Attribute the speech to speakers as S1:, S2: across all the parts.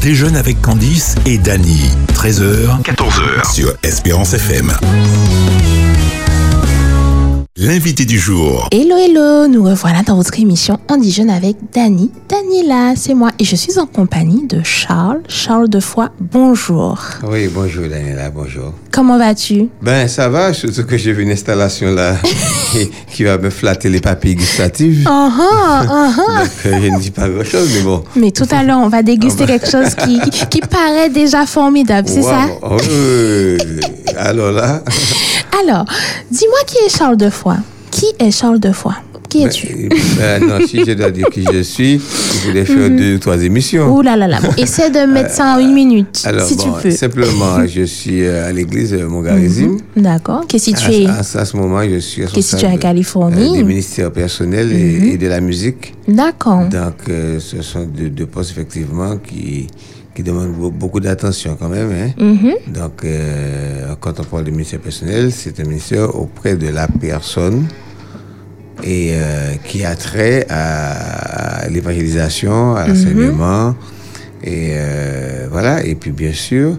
S1: déjeune avec Candice et Dany. 13h, 14h sur Espérance FM. L'invité du jour.
S2: Hello, hello, nous revoilà dans votre émission On dit jeune avec Dany. Daniela, c'est moi et je suis en compagnie de Charles. Charles de Foix, bonjour.
S3: Oui, bonjour Daniela, bonjour.
S2: Comment vas-tu
S3: Ben, ça va, surtout que j'ai vu une installation là qui- qui va me flatter les papilles gustatives.
S2: Ah ah, ah ah.
S3: Donc, euh, je ne dis pas grand-chose, mais bon.
S2: Mais tout à l'heure, on va
S3: Ah
S2: déguster
S3: bah.
S2: quelque chose qui, qui, qui paraît déjà formidable, c'est ça
S3: Waouh, oh, euh, alors là,
S2: Alors, dis-moi qui est Charles de Foix Qui est Charles de Foix Qui es-tu
S3: euh, ben non, si je dois dire qui je suis, je voulais faire
S2: Mhm.
S3: deux ou trois émissions.
S2: Ouh là là là, bon, essaie de mettre ça en une minute,
S3: oh. Alors
S2: si
S3: bon,
S2: tu peux.
S3: simplement, je suis euh, à l'église euh, Montgarésime.
S2: D'accord, qu'est-ce que tu es
S3: À, à- à ce moment, je suis
S2: Qu'est-ce que tu es en
S3: responsable
S2: Californie Mhm.
S3: euh, des ministères personnels et- et de la musique.
S2: D'accord.
S3: Donc, euh, ce sont deux, deux postes, effectivement, qui, qui demandent be- beaucoup d'attention quand même. hein. Donc, euh, quand on parle du ministère personnel, c'est un ministère auprès de la personne et euh, qui a trait à, à l'évangélisation, à l'enseignement. Et euh, voilà. Et puis, bien sûr,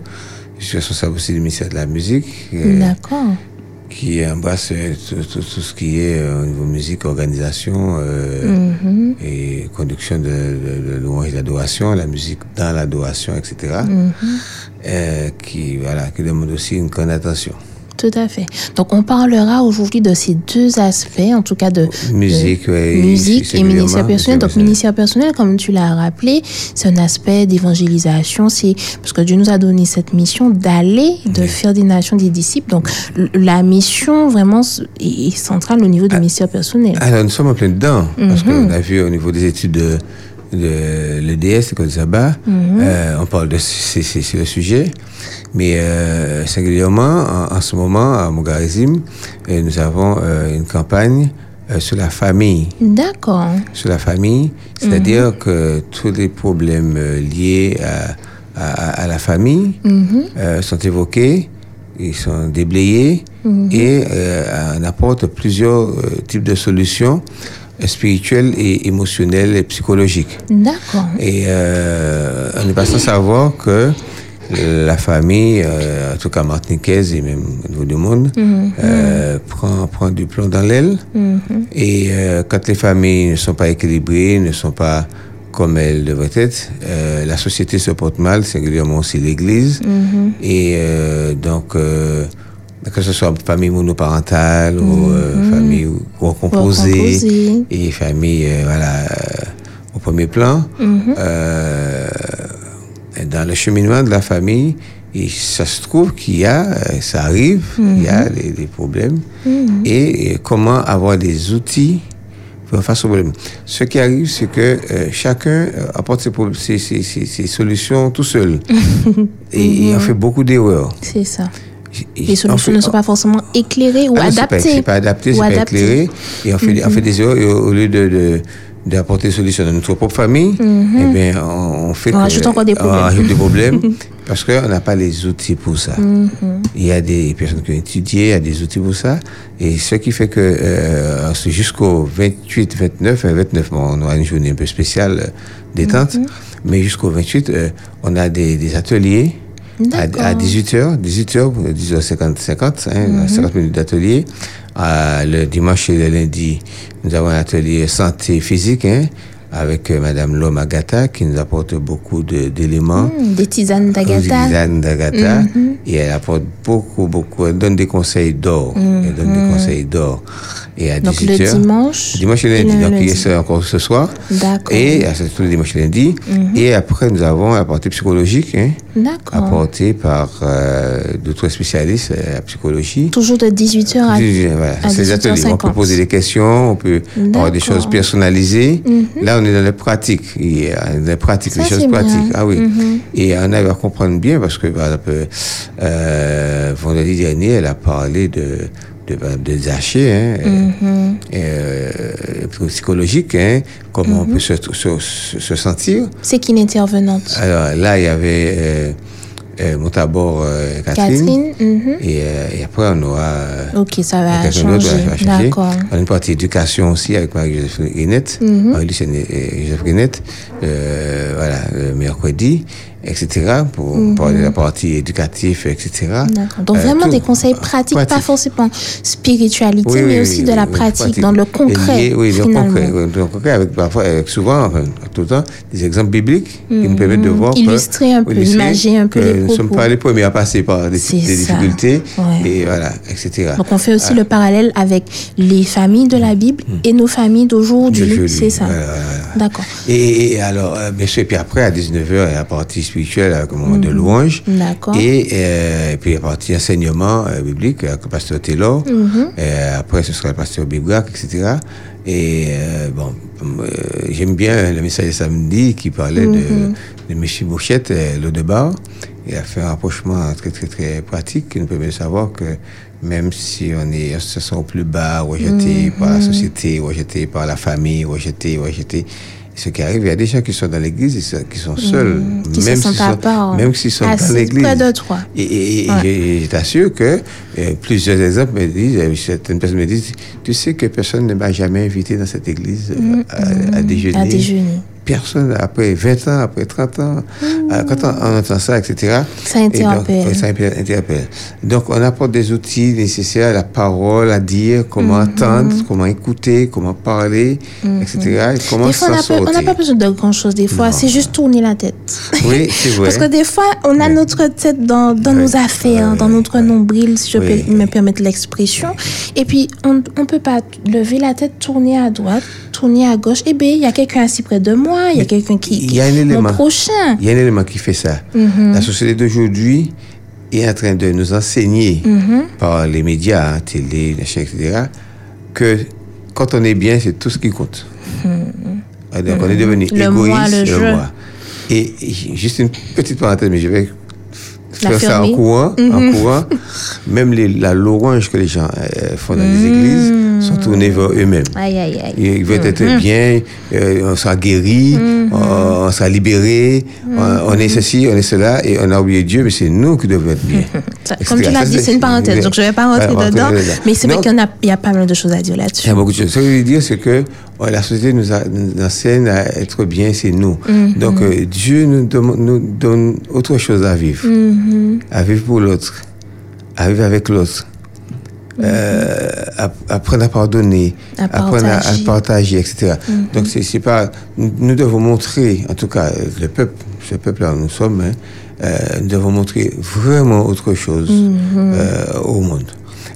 S3: je suis responsable aussi du ministère de la musique. euh,
S2: D'accord.
S3: qui embrasse euh, tout, tout- tout ce qui est euh, au niveau musique, organisation euh, et conduction de, de, de louange et d'adoration, la musique dans l'adoration, etc. Euh, qui, voilà, qui demande aussi une grande attention.
S2: Tout à fait. Donc, on parlera aujourd'hui de ces deux aspects, en tout cas de
S3: Musique, ouais,
S2: musique et
S3: singulièrement,
S2: ministère personnel. Donc,
S3: personnel.
S2: ministère personnel, comme tu l'as rappelé, c'est un aspect d'évangélisation. C'est parce que Dieu nous a donné cette mission d'aller, de faire des nations des disciples. Donc, l- la mission vraiment s- est est centrale au
S3: Ah.
S2: niveau du ministère personnel.
S3: Alors, nous sommes en plein dedans, parce qu'on a vu au niveau des études de, de l'EDS, l'école de sabbat, euh, on parle de c'est- c'est c'est le sujet, mais euh, singulièrement, en, en ce moment, à Mogarizim, euh, nous avons euh, une campagne euh, sur la famille
S2: D'accord.
S3: sur la famille, c'est-à-dire que tous les problèmes euh, liés à, à- à la famille euh, sont évoqués, ils sont déblayés et euh, on apporte plusieurs euh, types de solutions euh, spirituelles et émotionnelles et psychologiques.
S2: D'accord.
S3: Et euh, on est pas sans savoir que la famille, euh, en tout cas martiniquaise et même au niveau du monde, euh, prend, prend du plomb dans l'aile. Et euh, quand les familles ne sont pas équilibrées, ne sont pas comme elles devraient être, euh, la société se porte mal, singulièrement aussi l'Église. Et euh, donc, euh, que ce soit famille monoparentale ou euh, famille
S2: Recomposée.
S3: recomposée, et famille euh, voilà, euh, au premier plan.
S2: Mhm.
S3: Euh, dans le cheminement de la famille, et ça se trouve qu'il y a, euh, ça arrive, il
S2: Mhm.
S3: y a des, des problèmes. Et, euh, comment avoir des outils pour faire face aux problèmes. Ce qui arrive, c'est que euh, chacun euh, apporte ses, pro- ses- ses- ses- ses solutions tout seul. et, et on fait beaucoup d'erreurs.
S2: C'est ça.
S3: J-
S2: Mhm. Les
S3: on
S2: solutions
S3: fait- oh.
S2: ne sont pas forcément éclairées ou
S3: ah non, c'est pas-
S2: adaptées.
S3: C'est pas adapté, c'est
S2: Ou Mm-hmm.
S3: pas
S2: adaptées.
S3: éclairé. Et on fait, on fait des erreurs et au, au lieu de, de- d'apporter des solutions à notre propre famille, eh bien, on, on fait
S2: Mm-hmm. On
S3: que-
S2: rajoute encore des
S3: on
S2: problèmes.
S3: rajoute des problèmes parce qu'on n'a pas les outils pour ça.
S2: Mm-hmm.
S3: Il y a des personnes qui ont étudié, il y a des outils pour ça. Et ce qui fait que euh, c'est jusqu'au 28, 29, euh, 29, bon, on aura une journée un peu spéciale euh, détente,
S2: Mm-hmm.
S3: mais jusqu'au 28, euh, on a des, des ateliers à, à 18h, 18h, 18h50, 50, hein,
S2: Mhm.
S3: 50 minutes d'atelier. Euh, le dimanche et le lundi, nous avons un atelier santé physique hein, avec euh, Madame Lomagata qui nous apporte beaucoup de- d'éléments.
S2: Hmm, Des tisanes d'Agatha.
S3: Roseanne Dagata,
S2: Mhm.
S3: et elle apporte beaucoup, beaucoup, elle donne des conseils d'or. Elle donne des conseils d'or. Et à
S2: Mhm. Donc, le
S3: 18h.
S2: dimanche
S3: Dimanche et
S2: et
S3: lundi.
S2: le
S3: donc, il
S2: lundi.
S3: sera encore ce soir.
S2: D'accord. Mhm.
S3: Et, ah, c'est tous les dimanches et lundi. Et après, nous avons la partie psychologique, hein,
S2: D'accord.
S3: apportée par euh, d'autres spécialistes euh, en psychologie.
S2: Toujours de 18h à
S3: Oui, voilà,
S2: à
S3: c'est des ateliers. On
S2: 18h50.
S3: peut poser des questions, on peut avoir des
S2: D'accord. Mhm.
S3: choses personnalisées. Là, on est dans les pratiques. Il y a des pratiques,
S2: Ça,
S3: des choses
S2: c'est bien. Mhm.
S3: pratiques. Ah oui. Et on arrive à comprendre bien parce que, par exemple, euh, vendredi dernier, elle a parlé de de, de Zaché, hein,
S2: Mhm.
S3: euh, euh, psychologique, hein, comment
S2: Mhm.
S3: on peut se, se- se- se sentir.
S2: C'est qui l'intervenante
S3: Alors là, il y avait euh, euh, Montabor euh, Catherine.
S2: Catherine mhm.
S3: Et, euh, et après, on aura. euh,
S2: Ok, ça va
S3: quelqu'un d'autre,
S2: changer.
S3: on va changer.
S2: D'accord. Mhm.
S3: On a une partie éducation aussi avec Marie-Joseph Guénette. Marie-Lucien et Joseph Guénette. Euh, voilà, le mercredi, etc. Pour parler de la partie éducative, etc.
S2: Mhm. D'accord. Donc
S3: Euh,
S2: vraiment
S3: tout.
S2: des conseils pratiques, pas
S3: Pratique.
S2: forcément spiritualité,
S3: Oui,
S2: mais
S3: oui,
S2: aussi
S3: oui,
S2: de la
S3: oui,
S2: pratique, dans le concret.
S3: Et lié- oui, dans le
S2: finalement.
S3: concret. oui, dans le concret, avec parfois, avec souvent, enfin, tout le temps, des exemples bibliques qui nous permettent de voir. que-
S2: Hmm. Illustrer un peu,
S3: illustrer
S2: imager un peu
S3: que
S2: les
S3: Nous ne sommes
S2: propos.
S3: pas les premiers à passer par des,
S2: C'est
S3: des
S2: ça.
S3: difficultés.
S2: Ouais.
S3: Et voilà, etc.
S2: Donc on fait aussi le parallèle avec les familles de la Bible
S3: Hmm.
S2: et nos familles d'aujourd'hui.
S3: D'aujourd'hui,
S2: C'est ça.
S3: voilà, voilà, voilà.
S2: D'accord.
S3: Et, et- et alors, euh, bien sûr, et puis après, à 19h, la partie spirituelle euh, avec un moment de
S2: Mmh.
S3: louange.
S2: D'accord.
S3: Et, euh, et puis la partie enseignement euh, biblique avec le pasteur Taylor. Euh, après, ce sera le pasteur Bibrac, etc. Et euh, bon, euh, j'aime bien le message de samedi qui parlait de, de M. Bouchette, euh, l'eau de bar. Il a fait un rapprochement très, très, très pratique qui nous permet de savoir que même si on est, on se sent au plus bas, rejeté par la société, rejeté par la famille, rejeté, rejeté, ce qui arrive, il y a des gens qui sont dans l'église, et sont- qui sont seuls,
S2: Qui se
S3: même
S2: sentent
S3: s'ils
S2: à
S3: sont-
S2: part,
S3: même s'ils sont
S2: assis
S3: dans l'église.
S2: près de toi.
S3: Et, et- et
S2: Ouais.
S3: je, je t'assure que euh, plusieurs exemples me disent, euh, certaines personnes me disent, tu sais que personne ne m'a jamais invité dans cette église euh, à, à déjeuner.
S2: Mm, À déjeuner.
S3: Personne, après 20 ans, après 30 ans, euh, quand on, on entend ça, etc.
S2: Mm. Ça
S3: et donc,
S2: interpelle.
S3: euh, ça interpelle- interpelle. Donc, on apporte des outils nécessaires, la parole à dire,
S2: Mm,
S3: comment entendre, comment écouter, comment parler, etc. Et comment
S2: mm. Des fois, on n'a
S3: s'en
S2: pas- on n'a
S3: sortir.
S2: pas besoin de grand-chose. Des fois, c'est juste tourner la tête.
S3: Oui, c'est vrai.
S2: Parce que des fois, on a notre tête dans, dans
S3: Ouais.
S2: nos affaires,
S3: Ouais,
S2: dans notre nombril, si je
S3: Oui.
S2: peux me permettre l'expression. Et puis, on ne peut pas t- lever la tête, tourner à droite, tourner à gauche. Eh bien, il y a quelqu'un assis près de moi, il y a quelqu'un qui,
S3: il
S2: qui
S3: y a un
S2: mon
S3: élément.
S2: prochain.
S3: Il y a un élément qui fait ça.
S2: Mhm.
S3: La société d'aujourd'hui est en train de nous enseigner
S2: Mhm.
S3: par les médias, hein, télé, machin, etc., que quand on est bien, c'est tout ce qui compte. Ah, Donc on est devenu
S2: Mhm. Le moi,
S3: égoïste,
S2: le
S3: le
S2: je.
S3: moi. Et, et juste une petite parenthèse, mais je vais
S2: La
S3: faire ça en
S2: fermer. Mhm.
S3: courant, en courant. Même les- la louange que les gens euh, font dans
S2: Mhm.
S3: les églises sont tournés vers eux-mêmes.
S2: Aïe, aïe, aïe.
S3: Il va être bien, euh, on sera guéri, on, on sera libéré, on, on est ceci, on est cela, et on a oublié Dieu, mais c'est nous qui devons être bien.
S2: Ça-
S3: Etc.
S2: Comme tu l'as
S3: Ça,
S2: dit, c'est une parenthèse, donc je ne vais pas rentrer
S3: Voilà, on va
S2: dedans.
S3: rentrer dedans. Ah,
S2: Mais c'est vrai
S3: Donc,
S2: qu'il y en a- il y a pas mal de choses à dire
S3: il
S2: là-dessus.
S3: y a beaucoup de choses. Ce que je veux dire, c'est que oh, la société nous, a- nous enseigne à être bien, c'est nous.
S2: Mm-hmm.
S3: Donc euh, Dieu nous, dem- nous donne autre chose à vivre.
S2: Mm-hmm.
S3: À vivre pour l'autre. À vivre avec l'autre. Euh, à- apprendre à pardonner,
S2: Mm-hmm. À
S3: apprendre à, à
S2: partager. Mm-hmm.
S3: partager, etc. Donc c'est c'est pas, nous, nous devons montrer, en tout cas euh, le peuple, ce peuple-là où nous sommes, hein, euh, nous devons montrer vraiment autre chose euh, au monde.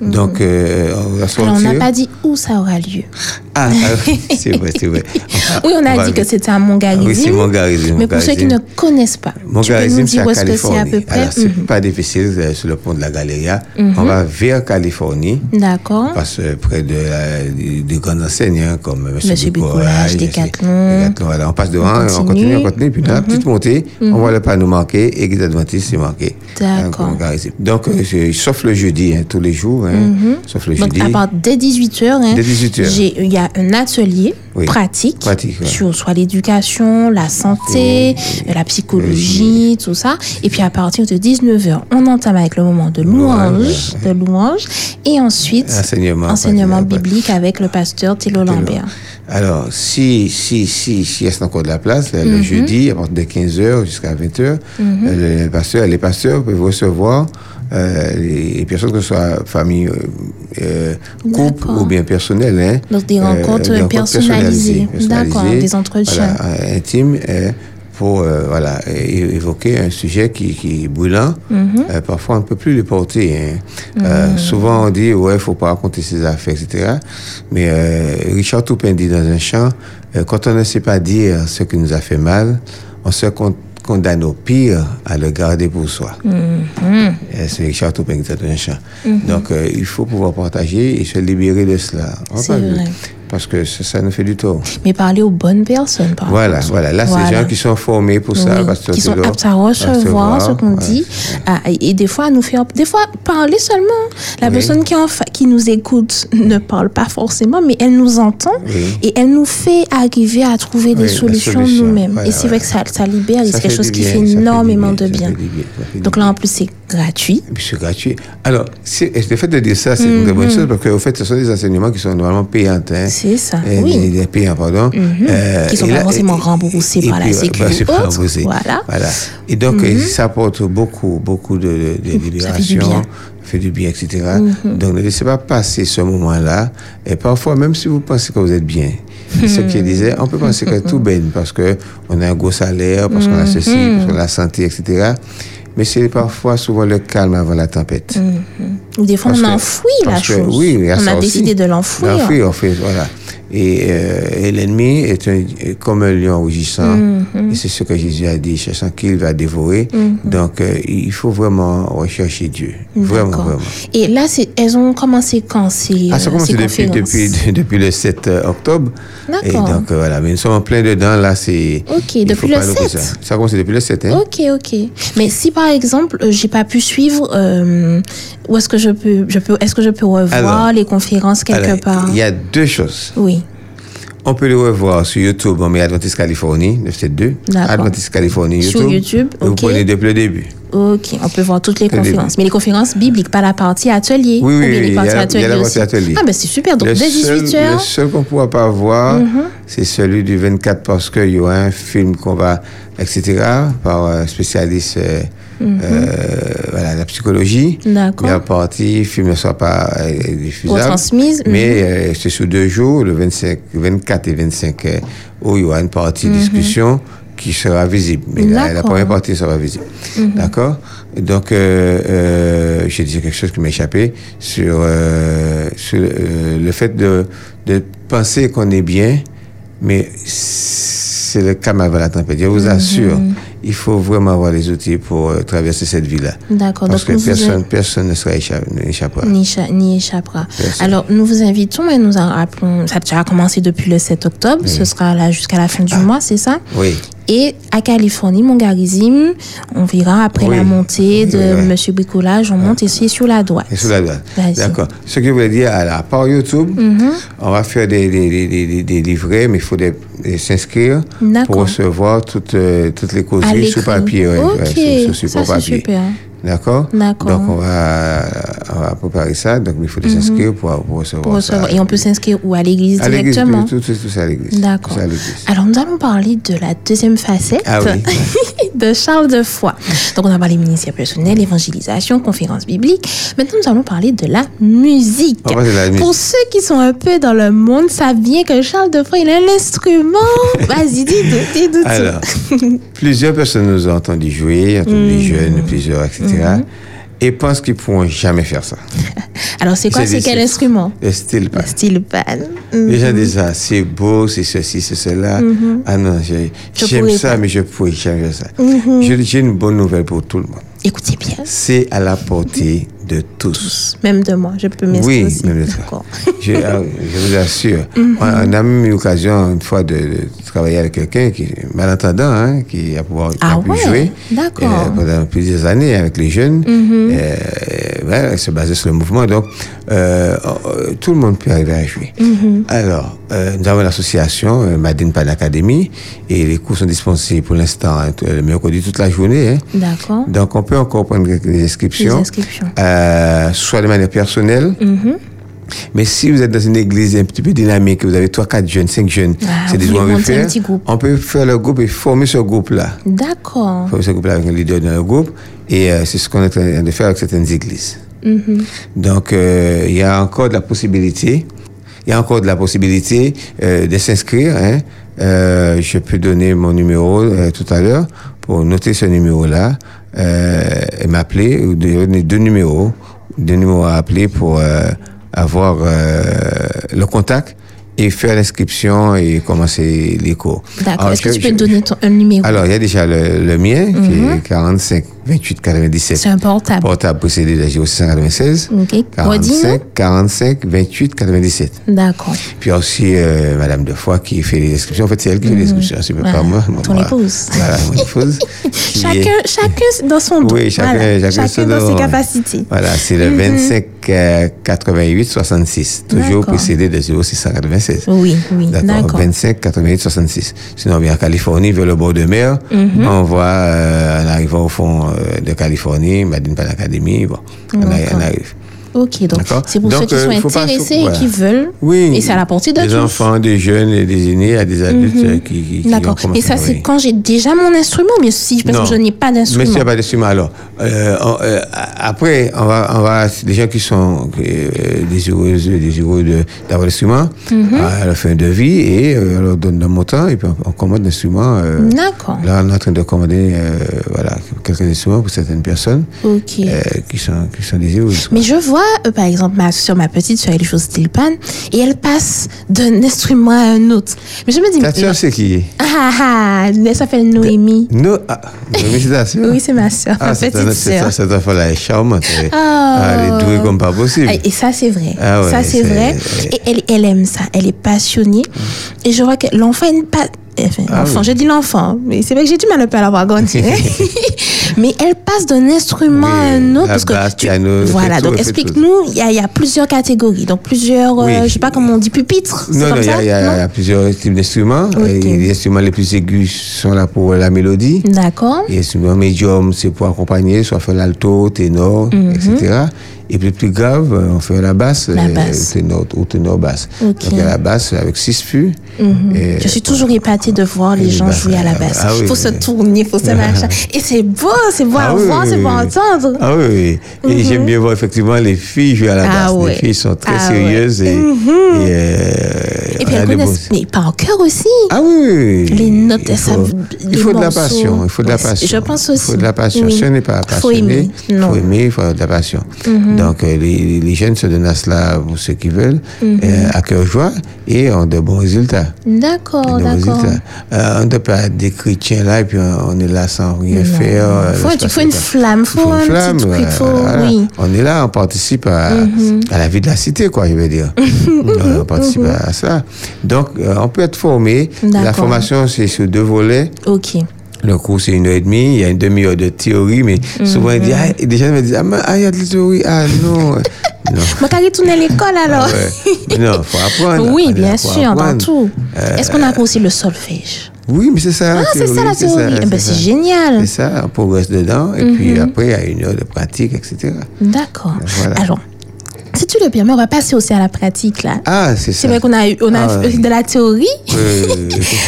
S3: Donc euh, on va
S2: Mm-hmm. Alors, on n'a
S3: sortir-
S2: pas dit où ça aura lieu.
S3: ah, ah oui, c'est vrai, c'est vrai. Enfin,
S2: Oui, on
S3: Ah, va
S2: a dit que
S3: vite.
S2: c'était à Mongarizim.
S3: Oui, c'est Mongarizim.
S2: Mais pour ceux qui ne connaissent pas, tu peux nous
S3: Mongarizim, c'est
S2: dire
S3: à
S2: où est-ce que c'est à
S3: Californie.
S2: peu près
S3: Alors, c'est
S2: Mhm.
S3: pas difficile, euh, sur le pont de la Galeria. On va vers Californie.
S2: D'accord.
S3: On passe euh, près de, la- des- des grandes enseignes hein, comme euh, Monsieur
S2: Monsieur Bricolage,
S3: Bricolage,
S2: Decathlon.
S3: Decathlon, voilà. On passe devant,
S2: On continue.
S3: on
S2: Mhm.
S3: continue, on continue. Puis dans la petite montée, on voit le panneau marqué Église Adventiste, c'est marqué.
S2: D'accord.
S3: Donc, Mongarizim. Donc, euh, c'est- sauf le jeudi, hein, tous les jours, hein, sauf le
S2: Mhm. Donc,
S3: jeudi.
S2: à part dès 18h,
S3: Dès 18 heures.
S2: il y a un atelier
S3: Oui.
S2: pratique,
S3: Pratique, ouais.
S2: sur soit l'éducation, la santé, euh, la psychologie, tout ça. Et puis, à partir de 19h, on entame avec le moment de louange, de louange et ensuite,
S3: Enseignement,
S2: enseignement
S3: pratique, ouais.
S2: biblique avec le pasteur Thilo Lambert.
S3: Alors, si, si, si, si, il y a encore de la place, le- le jeudi, à partir de 15h jusqu'à 20h, le, le pasteur, les pasteurs peuvent recevoir euh, les, les personnes, que ce soit famille, euh, euh, couple
S2: D'accord.
S3: ou bien personnel. Hein,
S2: Donc, des
S3: Euh,
S2: rencontres personnalisées. D'accord,
S3: personnalisées,
S2: des entretiens.
S3: voilà, euh, intimes. euh, pour euh, voilà, é- évoquer un sujet qui, qui est brûlant,
S2: Mhm.
S3: euh, parfois on ne peut plus le porter. hein. Euh, souvent on dit, ouais, il faut pas raconter ses affaires, etc. Mais euh, Richard Toupin dit dans un chant, euh, quand on ne sait pas dire ce qui nous a fait mal, on se con- condamne au pire à le garder pour soi. Euh, C'est Richard Toupin
S2: Mhm.
S3: qui dit dans un chant. Donc euh, il faut pouvoir partager et se libérer de cela. On va
S2: C'est
S3: pas-
S2: vrai.
S3: parce que ça, ça nous fait du tort.
S2: Mais parler aux bonnes personnes, par
S3: Voilà,
S2: contre.
S3: voilà. Là, c'est des
S2: Voilà.
S3: gens qui sont formés pour ça.
S2: Oui,
S3: parce que
S2: qui sont
S3: tu dois-
S2: aptes à recevoir
S3: recevoir,
S2: ce qu'on
S3: ouais.
S2: dit Ah, et et des fois à nous faire des fois parler seulement la
S3: Oui.
S2: personne qui en fa- qui nous écoute ne parle pas forcément mais elle nous entend
S3: Oui.
S2: et elle nous fait arriver à trouver des
S3: Oui, la
S2: solutions
S3: solution,
S2: nous-mêmes
S3: voilà,
S2: et c'est vrai
S3: voilà.
S2: que ça, ça libère et
S3: Ça
S2: c'est quelque
S3: fait
S2: chose
S3: du
S2: qui
S3: bien,
S2: fait
S3: ça du
S2: énormément
S3: bien,
S2: de
S3: ça
S2: bien
S3: fait du bien, ça fait du
S2: donc là en plus c'est gratuit
S3: Puis c'est gratuit. Alors, c'est- le fait de dire ça, c'est
S2: Mhm.
S3: une très bonne chose parce qu'au fait, ce sont des enseignements qui sont normalement payants. hein.
S2: C'est ça,
S3: Euh,
S2: oui. Mhm.
S3: Des, des payants, pardon. Euh,
S2: Qui sont
S3: et
S2: pas
S3: là-
S2: forcément
S3: et-
S2: remboursés
S3: et
S2: par la
S3: puis,
S2: Sécu
S3: bah, c'est
S2: ou
S3: pas
S2: autre.
S3: remboursé.
S2: Voilà.
S3: Et donc, euh, ça apporte beaucoup, beaucoup de, de, de libération,
S2: bien.
S3: fait du bien, etc. Donc, ne laissez pas passer ce moment-là. Et parfois, même si vous pensez que vous êtes bien, c'est ce qu'il disait, on peut penser que tout baigne parce que on a un gros salaire, parce qu'on a ceci, parce qu'on a la santé, etc. Mais c'est parfois souvent le calme avant la tempête.
S2: ou des fois
S3: Parce
S2: on
S3: que-
S2: enfouit la
S3: parce que-
S2: chose
S3: oui, il y
S2: on
S3: ça
S2: a
S3: aussi.
S2: décidé de l'enfouir
S3: L'enfouir, en fait, voilà. Et, euh, et l'ennemi est, un- est comme un lion rugissant.
S2: Mm-hmm.
S3: Et c'est ce que Jésus a dit, cherchant qu'il va dévorer. Donc, euh, il faut vraiment rechercher Dieu. Vraiment,
S2: D'accord.
S3: vraiment.
S2: et là c'est elles ont commencé quand ces,
S3: Ah, ça
S2: euh,
S3: commence
S2: ces
S3: depuis,
S2: conférences
S3: depuis, depuis le 7 octobre. Et
S2: D'accord.
S3: donc, euh, voilà. Mais nous sommes en plein dedans, là, c'est...
S2: Ok,
S3: il
S2: depuis
S3: faut
S2: le Oh,
S3: pas louper
S2: 7.
S3: Ça. ça commence depuis le 7, hein?
S2: Ok, ok. Mais si par exemple euh, j'ai pas pu suivre, euh, où est-ce que je peux, je peux, est-ce que je peux revoir
S3: Alors,
S2: les conférences quelque
S3: Alors,
S2: part
S3: Il y a deux choses.
S2: Oui,
S3: On peut le revoir sur YouTube. On met Adventist Californie, 972.
S2: D'accord.
S3: Adventist Californie, YouTube.
S2: Sur YouTube,
S3: Vous
S2: ok.
S3: prenez depuis le début.
S2: ok. On peut voir toutes les
S3: Très
S2: conférences, mais les conférences bibliques, pas la partie atelier.
S3: Oui, oui,
S2: ou bien
S3: oui,
S2: les
S3: il y a
S2: parties
S3: la- il y a
S2: atelier
S3: la
S2: aussi.
S3: partie atelier.
S2: Ah ben c'est super. Donc Mhm.
S3: le
S2: dès 18
S3: seul, le
S2: heures.
S3: seul qu'on ne pourra pas voir, c'est celui du 24 parce qu'il y aura un film qu'on va, etc., par un spécialiste euh, euh, voilà, de la psychologie.
S2: Mhm. D'accord.
S3: Mais la partie, le film ne sera pas euh, diffusable.
S2: Retransmise, mhm.
S3: Mais euh, c'est sur deux jours, le 25, 24 et 25, euh, où il y aura une partie discussion qui sera visible. Mais la, la
S2: Mhm. D'accord. Mhm.
S3: première partie sera visible. D'accord Et Donc, euh, euh, j'ai dit quelque chose qui m'a échappé sur, euh, sur euh, le fait de, de penser qu'on est bien, mais c'est le calme avant la tempête. Je vous
S2: Mhm.
S3: assure, il faut vraiment avoir les outils pour euh, traverser cette vie-là.
S2: D'accord.
S3: Parce
S2: Donc
S3: que
S2: nous vous
S3: personne, personne ne sera écha- ne échappera.
S2: n'y écha- n'y échappera.
S3: Merci.
S2: Alors, nous vous invitons et nous en rappelons. Ça a commencé depuis le 7 octobre. Ce sera là jusqu'à la fin du mois, c'est ça
S3: Ah. Oui.
S2: Et à Californie, Mongarizim, on verra après
S3: Oui.
S2: la montée
S3: Oui,
S2: de
S3: oui, oui.
S2: Monsieur Bricolage, on monte ici sur la droite.
S3: Et sous la droite.
S2: Vas-y. Mhm.
S3: D'accord. Ce que je voulais dire, alors, à part YouTube, on va faire des, des, des, des- des- des livrets, mais il faut des- des- s'inscrire pour
S2: D'accord.
S3: recevoir toutes, euh, toutes les
S2: À
S3: causeries
S2: l'écrit.
S3: sous papier. ouais,
S2: Ok,
S3: ouais, sous- sous support
S2: ça, c'est
S3: papier.
S2: super.
S3: D'accord
S2: D'accord. Mhm.
S3: Donc, on va, on va préparer ça. Donc, il faut les s'inscrire pour, pour recevoir
S2: Pour recevoir.
S3: ça.
S2: Et on peut s'inscrire ou à l'église
S3: À l'église,
S2: directement.
S3: tout, tout, tout ça à l'église.
S2: D'accord.
S3: Tout ça à l'église.
S2: Alors, nous allons parler de la deuxième facette
S3: Ah oui.
S2: de Charles de Foix. Donc, on a parlé ministère personnel, évangélisation, conférence biblique. Maintenant, nous allons parler de la musique.
S3: On va parler de la musique.
S2: Pour ceux qui sont un peu dans le monde, savent bien que Charles de Foix, il a un instrument. Vas-y, dis-nous, dis-nous. tout.
S3: Alors, plusieurs personnes nous ont entendu jouer, entendu
S2: Mhm.
S3: des jeunes, plusieurs, etc. Et pensent qu'ils pourront jamais faire ça.
S2: Alors, c'est quoi,
S3: C'est
S2: c'est
S3: des
S2: quel
S3: chiffres.
S2: instrument
S3: Le style pas.
S2: Le style pan.
S3: Les gens disent ça, c'est beau, c'est ceci, c'est cela. Ah non, j'ai-
S2: Mm-hmm. Je
S3: j'aime
S2: pourrais
S3: ça,
S2: pas. Mm-hmm.
S3: mais je pourrais jamais faire ça. Je- J'ai une bonne nouvelle pour tout le monde.
S2: Écoutez bien,
S3: C'est à la portée de tous.
S2: même de moi, je peux m'exprimer.
S3: Oui, même de toi.
S2: D'accord. Mhm.
S3: Je, ah, je vous assure. On, on a même eu l'occasion une fois de, de travailler avec quelqu'un qui est malentendant, hein, qui a, pouvoir, qui a
S2: Ah
S3: pu
S2: ouais,
S3: jouer euh,
S2: d'accord. Mhm.
S3: pendant plusieurs années avec les jeunes. Euh, ouais, se basait sur le mouvement. Donc, euh, euh, tout le monde peut arriver à jouer.
S2: Mhm.
S3: Alors, euh, nous avons l'association euh, Madine Pan Academy et les cours sont dispensés pour l'instant, hein, t- le mercredi toute la journée. hein.
S2: D'accord.
S3: Donc, on peut encore prendre des inscriptions,
S2: Des inscriptions. Mm-hmm.
S3: euh, soit de manière personnelle. Mais si vous êtes dans une église un petit peu dynamique, vous avez 3, 4 jeunes, 5 jeunes,
S2: Ah,
S3: c'est des
S2: vous
S3: gens qu'on veut
S2: montez un
S3: faire.
S2: petit groupe.
S3: On peut faire le groupe et former ce groupe-là.
S2: D'accord.
S3: Former ce groupe-là avec un leader dans le groupe. Et euh, c'est ce qu'on est en train de faire avec certaines églises.
S2: Mm-hmm.
S3: Donc, euh, il y a encore de la possibilité. Il y a encore de la possibilité euh, de s'inscrire. hein. Euh, je peux donner mon numéro euh, tout à l'heure pour noter ce numéro-là euh, et m'appeler ou de- donner deux numéros, deux numéros à appeler pour euh, avoir euh, le contact et faire l'inscription et commencer les cours.
S2: D'accord.
S3: Alors,
S2: Est-ce que
S3: Ah, je-
S2: tu peux
S3: je-
S2: donner ton, un numéro Mhm.
S3: alors, il y a déjà le, le mien, qui est 45 28 97.
S2: C'est un portable.
S3: Portable possédé de la 0696
S2: Ok. Redis-nous.
S3: 45 45 28 97.
S2: D'accord.
S3: Puis il y a aussi euh, Madame Defoy qui fait les inscriptions. En fait, c'est elle qui fait les inscriptions, c'est
S2: Mhm. Voilà.
S3: pas moi. moi,
S2: Ton
S3: moi.
S2: épouse.
S3: Voilà, mon épouse. qui est-
S2: Chacun, chacun dans son don.
S3: Oui, chacun,
S2: Voilà.
S3: chacun, son
S2: dans ses
S3: don.
S2: capacités.
S3: Voilà, c'est
S2: Mhm.
S3: le 25 euh, 88 66, toujours
S2: D'accord.
S3: précédé de 0696.
S2: Oui, oui, d'accord.
S3: 25 88 66. Sinon, on vient en Californie, vers le bord de mer.
S2: Mhm.
S3: On voit, euh, en arrivant au fond euh, de Californie, Madine Pan Academy, bon, on, arri- on
S2: D'accord.
S3: arrive.
S2: Ok, donc
S3: D'accord.
S2: c'est pour
S3: Donc,
S2: ceux qui
S3: euh,
S2: sont
S3: il faut pas se-
S2: intéressés
S3: voilà.
S2: et qui veulent.
S3: Oui.
S2: Et c'est à la portée de
S3: Des
S2: tous.
S3: enfants, des jeunes, et des aînés, à des adultes euh, qui, qui- qui ont
S2: D'accord.
S3: commencé
S2: Et ça,
S3: à
S2: c'est
S3: travailler.
S2: quand j'ai déjà mon instrument, mais si parce
S3: Non.
S2: que je n'ai pas
S3: Mais s'il n'y
S2: d'instrument.
S3: a pas d'instrument, alors, euh, on- euh, a- après, on va, on va, les gens qui sont euh, désireux, désireux de- d'avoir l'instrument,
S2: Mhm.
S3: à la fin de vie, et euh, on leur donne le montant, et puis on, on commande l'instrument. euh,
S2: D'accord.
S3: Là, on est en train de commander euh, voilà, quelques instruments pour certaines personnes
S2: Ok.
S3: euh, qui, sont, qui sont désireuses.
S2: Mais je vois, euh, par exemple, ma soeur, ma petite soeur, elle joue Stilpan, et elle passe d'un instrument à un autre. Mais je me dis,
S3: Ta soeur, c'est qui
S2: ah, ah, ah, elle s'appelle Noémie.
S3: No, ah, Noémie, c'est ta soeur
S2: Oui, c'est ma soeur,
S3: ah,
S2: ma
S3: cette
S2: petite soeur.
S3: cette- cette enfant-là est charmante. Elle, est-
S2: Ah.
S3: elle est douée comme pas possible.
S2: Et ça, c'est vrai.
S3: Ah ouais,
S2: ça, c'est
S3: c'est- Mm.
S2: vrai. Et elle, elle aime ça. Elle est passionnée. Et je vois que l'enfant a une pas. Enfin,
S3: Ah
S2: l'enfant,
S3: oui.
S2: j'ai dit l'enfant, mais c'est vrai que j'ai du mal un peu à l'avoir grandi. hein. mais elle passe d'un instrument
S3: Oui,
S2: à un autre.
S3: la
S2: parce que
S3: basse,
S2: tu-
S3: piano, elle fait
S2: voilà,
S3: tout,
S2: donc
S3: elle fait tout.
S2: explique-nous, il y, a- il y a plusieurs catégories. Donc plusieurs, euh,
S3: Oui.
S2: je sais pas comment on dit, pupitres. c'est
S3: Non, non,
S2: comme
S3: il y,
S2: ça
S3: a- il y a-
S2: Non
S3: il y a plusieurs types d'instruments. Et Les instruments les plus aigus sont là pour la mélodie.
S2: Mm. D'accord.
S3: Les instruments médium, c'est pour accompagner, soit faire l'alto, ténor, etc. Et puis plus grave, euh, on fait la basse,
S2: Mm-hmm. La
S3: euh,
S2: basse.
S3: ténor ou ténor basse.
S2: Ok. Mm-hmm.
S3: Donc il y a la basse avec six fûts. Et-
S2: Je suis toujours épatée de voir les
S3: Et
S2: gens
S3: euh, bah,
S2: jouer à la
S3: euh,
S2: basse.
S3: ah oui,
S2: faut se
S3: oui.
S2: tourner, faut se machin. Et c'est beau, c'est beau à
S3: Ah oui,
S2: voir,
S3: oui,
S2: c'est beau à
S3: oui.
S2: entendre. Mm-hmm.
S3: Ah oui, oui. Et j'aime bien voir effectivement les filles jouer à la
S2: Ah
S3: basse.
S2: ouais.
S3: Les filles sont très
S2: Ah
S3: sérieuses et, et, euh,
S2: Et
S3: on
S2: puis
S3: a
S2: elles
S3: des beaux-
S2: connaissent, mais par cœur aussi.
S3: Ah oui, oui, oui.
S2: Les notes,
S3: il
S2: ça-
S3: faut,
S2: les
S3: il faut de la
S2: morceaux.
S3: passion. Il faut de la
S2: Ouais,
S3: passion.
S2: je pense
S3: Il
S2: aussi.
S3: faut de la passion.
S2: Oui.
S3: Si on n'est pas
S2: Faut
S3: passionné,
S2: aimer.
S3: il
S2: Non. Mhm.
S3: faut aimer, il faut avoir de la passion. Donc, euh, les, les jeunes se donnent à cela pour ceux qui veulent,
S2: Mhm.
S3: euh, à cœur joie, et ont de bons résultats.
S2: D'accord,
S3: de bons
S2: Oh, d'accord.
S3: résultats. Euh, on ne peut pas être des chrétiens là, et puis on, on est là sans rien faire. euh,
S2: Faut-
S3: là,
S2: tu
S3: je
S2: faut
S3: sais
S2: une
S3: pas.
S2: flamme,
S3: Il
S2: faut, un petit truc,
S3: euh,
S2: faut,
S3: voilà.
S2: oui. Mhm.
S3: On est là, on participe à, à la vie de la cité, quoi, je veux dire. Euh, on participe à ça. Donc, euh, on peut être formé. La
S2: D'accord.
S3: formation, c'est sur deux volets.
S2: Ok.
S3: Le cours, c'est une heure et demie. Il y a une demi-heure de théorie, mais souvent, il dit,
S2: Mhm.
S3: ah, et des gens me disent, ah, mais, ah, il y a de la théorie. Ah, non. non.
S2: Moi, quand je tourne à l'école, alors.
S3: Ah Ouais. Mais Non, faut apprendre.
S2: oui,
S3: Faut
S2: bien sûr, dans
S3: apprendre.
S2: tout. Est-ce qu'on apprend aussi le solfège
S3: Euh, Oui, mais c'est ça. la
S2: Ah, c'est ça la
S3: c'est
S2: théorie. Eh ben,
S3: c'est
S2: c'est
S3: ça.
S2: génial. Mhm.
S3: C'est ça, on progresse dedans, et puis après, il y a une heure de pratique, etc.
S2: D'accord.
S3: Voilà.
S2: Alors, si tu le permets, on va passer aussi à la pratique, là.
S3: Ah, c'est ça.
S2: C'est vrai qu'on a eu on a
S3: Ah ouais.
S2: eu de la théorie,
S3: Euh,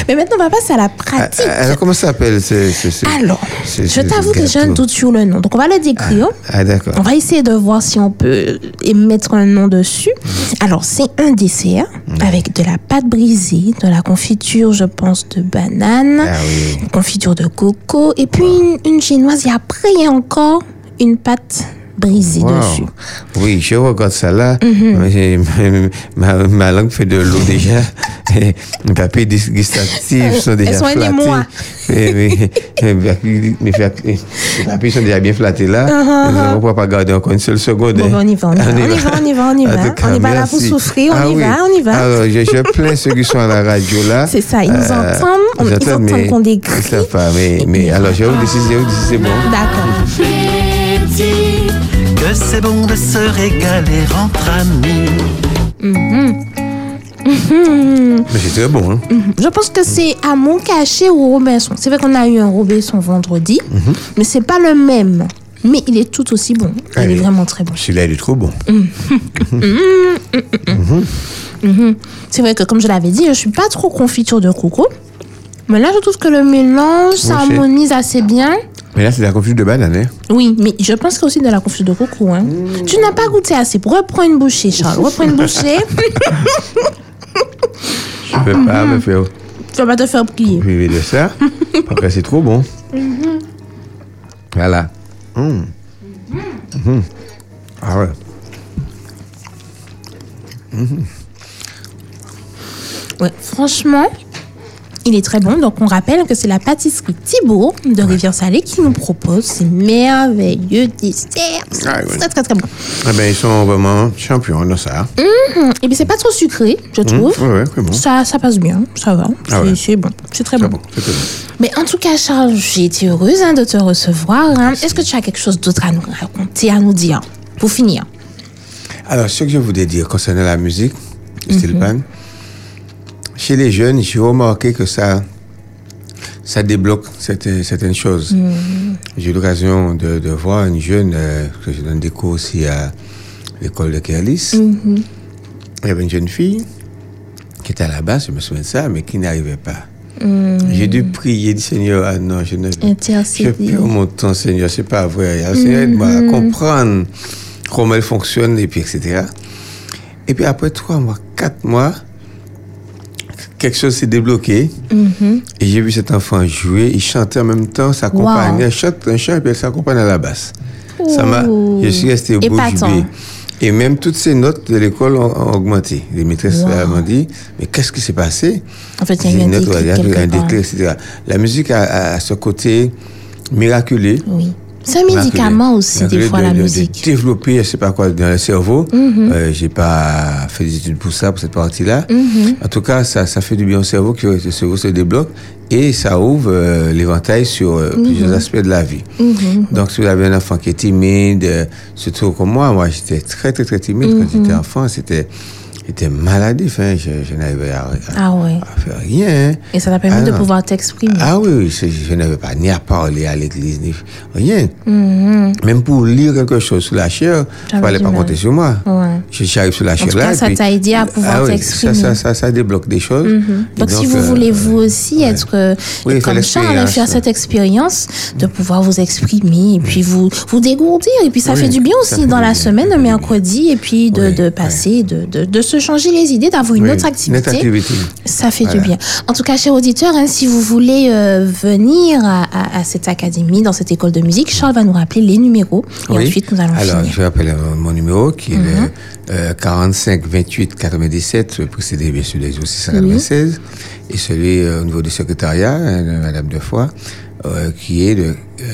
S2: mais maintenant, on va passer à la
S3: Ah,
S2: pratique.
S3: Alors, comment ça s'appelle ce, ce- ce-
S2: Alors,
S3: ce-
S2: je
S3: ce
S2: t'avoue que j'ai un
S3: gâteau
S2: doute sur le nom. Donc, on va le décrire.
S3: Ah,
S2: On
S3: d'accord.
S2: va essayer de voir si on peut mettre un nom dessus. Alors, c'est un dessert avec de la pâte brisée, de la confiture, je pense, de banane,
S3: Ah oui.
S2: une confiture de coco, et puis une, une génoise. Et après, il y a encore une pâte brisée
S3: Wow.
S2: dessus.
S3: Oui, je regarde ça là.
S2: Mhm.
S3: mais j'ai- ma, ma langue fait de l'eau déjà. Et Mes papiers gustatifs sont déjà
S2: sont
S3: flattés.
S2: émoi.
S3: Mais- mais- mais- mais- mais- mais- Mes papiers sont déjà bien flattés là. On ne pourra pas garder encore une seule seconde.
S2: Uh-huh, Bon,
S3: hein.
S2: ben, on y va, on y va, on y va, on y va, on y
S3: En
S2: va.
S3: tout cas,
S2: On y va là
S3: Ah, merci.
S2: pour souffrir, on
S3: Ah
S2: y
S3: oui.
S2: va, on y va.
S3: Alors, je, je plains ceux qui sont à la radio là. Euh,
S2: C'est ça, ils nous entendent, on- ils
S3: j'entends,
S2: entendent
S3: mais
S2: qu'on
S3: ils
S2: décrit.
S3: savent pas, mais, mais alors, je vais vous décider, je vais vous décider, c'est bon.
S2: D'accord.
S4: Que c'est bon de se régaler entre amis.
S3: Mais c'est très bon. hein.
S2: Je pense que c'est à mon cachet ou Robinson. C'est vrai qu'on a eu un Robinson vendredi, mais c'est pas le même. Mais il est tout aussi bon. Il
S3: Allez.
S2: est vraiment très bon.
S3: Celui-là, il est trop bon.
S2: C'est vrai que, comme je l'avais dit, je suis pas trop confiture de coco. Mais là, je trouve que le mélange s'harmonise assez bien.
S3: Mais là, c'est de la confiture de banane, hein?
S2: Oui, mais je pense qu'il y a aussi de la confiture de coco. hein. Tu n'as pas goûté assez. Reprends une bouchée, Charles. Reprends une bouchée.
S3: Je ne peux pas me faire
S2: tu vas pas te faire plier.
S3: priver de ça. Parce que c'est trop bon. Voilà. Hum. Mhm. Ah ouais.
S2: Ouais, franchement, Il est très bon. Donc, on rappelle que c'est la pâtisserie Thibault de Rivière-Salée qui nous propose ces merveilleux desserts. C'est
S3: Ah, oui.
S2: très, très, très bon.
S3: Ah ben, ils sont vraiment champions dans ça. Mm.
S2: Et bien, c'est pas trop sucré, je trouve.
S3: Mmh, ouais, ouais, c'est bon.
S2: Ça, ça passe bien, ça va.
S3: Ah
S2: C'est-
S3: ouais.
S2: C'est bon, c'est très
S3: C'est
S2: bon.
S3: bon, c'est très bon.
S2: Mais en tout cas, Charles, j'ai été heureuse hein, de te recevoir. hein. Est-ce que tu as quelque chose d'autre à nous raconter, à nous dire Pour finir.
S3: Alors, ce que je voulais dire concernant la musique, Stilpan, chez les jeunes, j'ai remarqué que ça, ça débloque certaines, certaines choses. J'ai eu l'occasion de, de voir une jeune, euh, que je donne des cours aussi à l'école de Kerlis. Il y avait une jeune fille qui était à la base, je me souviens de ça, mais qui n'arrivait pas. J'ai dû prier, dit Seigneur, ah non, je ne. Je
S2: Intercéder.
S3: perds mon temps, Seigneur, c'est pas vrai. Alors, Seigneur, aide-moi à comprendre comment elle fonctionne, et puis, etc. Et puis après trois mois, quatre mois, quelque chose s'est débloqué.
S2: Mm-hmm.
S3: Et j'ai vu cet enfant jouer, il chantait en même temps, s'accompagnait, chante un chant, et puis elle s'accompagne à la basse. Ça m'a,
S2: Ouh.
S3: je suis resté bouche
S2: Épatant.
S3: bée. Et même toutes ces notes de l'école ont, ont augmenté. Les maîtresses euh, m'ont dit, mais qu'est-ce qui s'est passé
S2: En fait, il y a
S3: J'ai
S2: eu un
S3: une note,
S2: déclic
S3: il y a eu
S2: quelque
S3: un
S2: part.
S3: déclic, etc. La musique a, a- a ce côté miraculeux.
S2: Oui. C'est un médicament
S3: Miraculeux.
S2: aussi, des
S3: Miraculeux
S2: fois,
S3: de-
S2: la
S3: de- de
S2: musique. Mhm.
S3: développer, je sais pas quoi, dans le cerveau. Euh, j'ai pas fait des études pour ça, pour cette partie-là.
S2: Mhm.
S3: En tout cas, ça, ça fait du bien au cerveau, que le cerveau se débloque et ça ouvre euh, l'éventail sur euh,
S2: Mhm.
S3: plusieurs aspects de la vie. Donc, si vous avez un enfant qui est timide, euh, surtout comme moi, moi j'étais très, très, très timide quand
S2: Mhm.
S3: j'étais enfant, c'était, j'étais maladif, hein. je, je n'arrivais à, à-
S2: Ah ouais.
S3: à faire rien. hein.
S2: Et ça t'a permis
S3: Ah
S2: de
S3: non.
S2: pouvoir t'exprimer.
S3: Ah oui, oui, c'est- je n'avais pas ni à parler à l'église, ni rien. Même pour lire quelque chose sur la chair, il
S2: Mhm. J'avais
S3: fallait
S2: du
S3: pas
S2: mal.
S3: compter sur moi.
S2: Ouais.
S3: Je J'arrive sur la chair
S2: tout
S3: là.
S2: cas,
S3: et
S2: ça
S3: puis-
S2: t'a aidé à pouvoir
S3: ah, oui,
S2: t'exprimer. Mhm.
S3: Ça, ça, ça, ça débloque des choses. Et
S2: Donc, si
S3: donc,
S2: vous
S3: euh,
S2: voulez vous aussi être euh,
S3: Oui, faire
S2: comme Charles,
S3: l'expérience,
S2: faire
S3: ouais.
S2: cette expérience, de pouvoir vous exprimer et puis vous, vous dégourdir. Et puis ça
S3: Oui,
S2: fait du bien
S3: ça
S2: aussi
S3: fait
S2: dans
S3: du
S2: la
S3: bien,
S2: semaine,
S3: ça fait
S2: le
S3: du bien.
S2: mercredi, et puis de,
S3: Oui,
S2: de
S3: ouais.
S2: passer, de, de, de se changer les idées, d'avoir une
S3: oui,
S2: autre activité.
S3: Notre activité.
S2: Ça fait du bien. En tout cas, chers auditeurs, hein, si vous voulez euh, venir à, à- à cette académie, dans cette école de musique, Charles va nous rappeler les numéros et
S3: Oui.
S2: ensuite nous allons
S3: Alors,
S2: finir. Mhm.
S3: je rappelle euh, mon numéro qui est le euh, 45 28 97, le précédé bien sûr des 96, et celui euh, au niveau du secrétariat, euh, de Madame Defoy, euh, qui est le euh,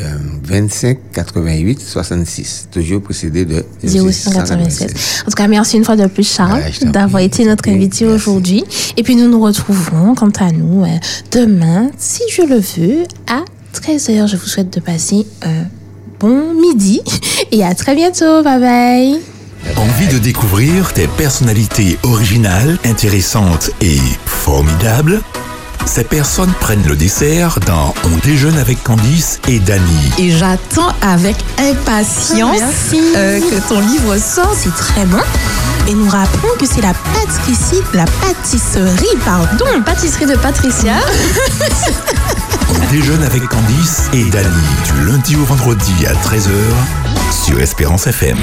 S3: 25 88 66, toujours précédé de
S2: 0696. En tout cas, merci une fois de plus, Charles,
S3: Ouais, je t'en
S2: d'avoir
S3: prie,
S2: été
S3: je t'en
S2: notre
S3: prie,
S2: invité
S3: merci.
S2: aujourd'hui. Et puis, nous nous retrouverons, quant à nous, euh, demain, si je le veux, à 13h. Je vous souhaite de passer un bon midi et à très bientôt. Bye bye.
S1: Envie de découvrir des personnalités originales, intéressantes et formidables Ces personnes prennent le dessert dans On déjeune avec Candice et Dany.
S5: Et j'attends avec impatience
S2: Merci.
S5: euh, que ton livre
S2: Ça, c'est très bon. Et nous rappelons que c'est la pâtisserie, la pâtisserie, pardon.
S5: Pâtisserie de Patricia.
S1: On déjeune avec Candice et Dany du lundi au vendredi à 13h sur Espérance FM.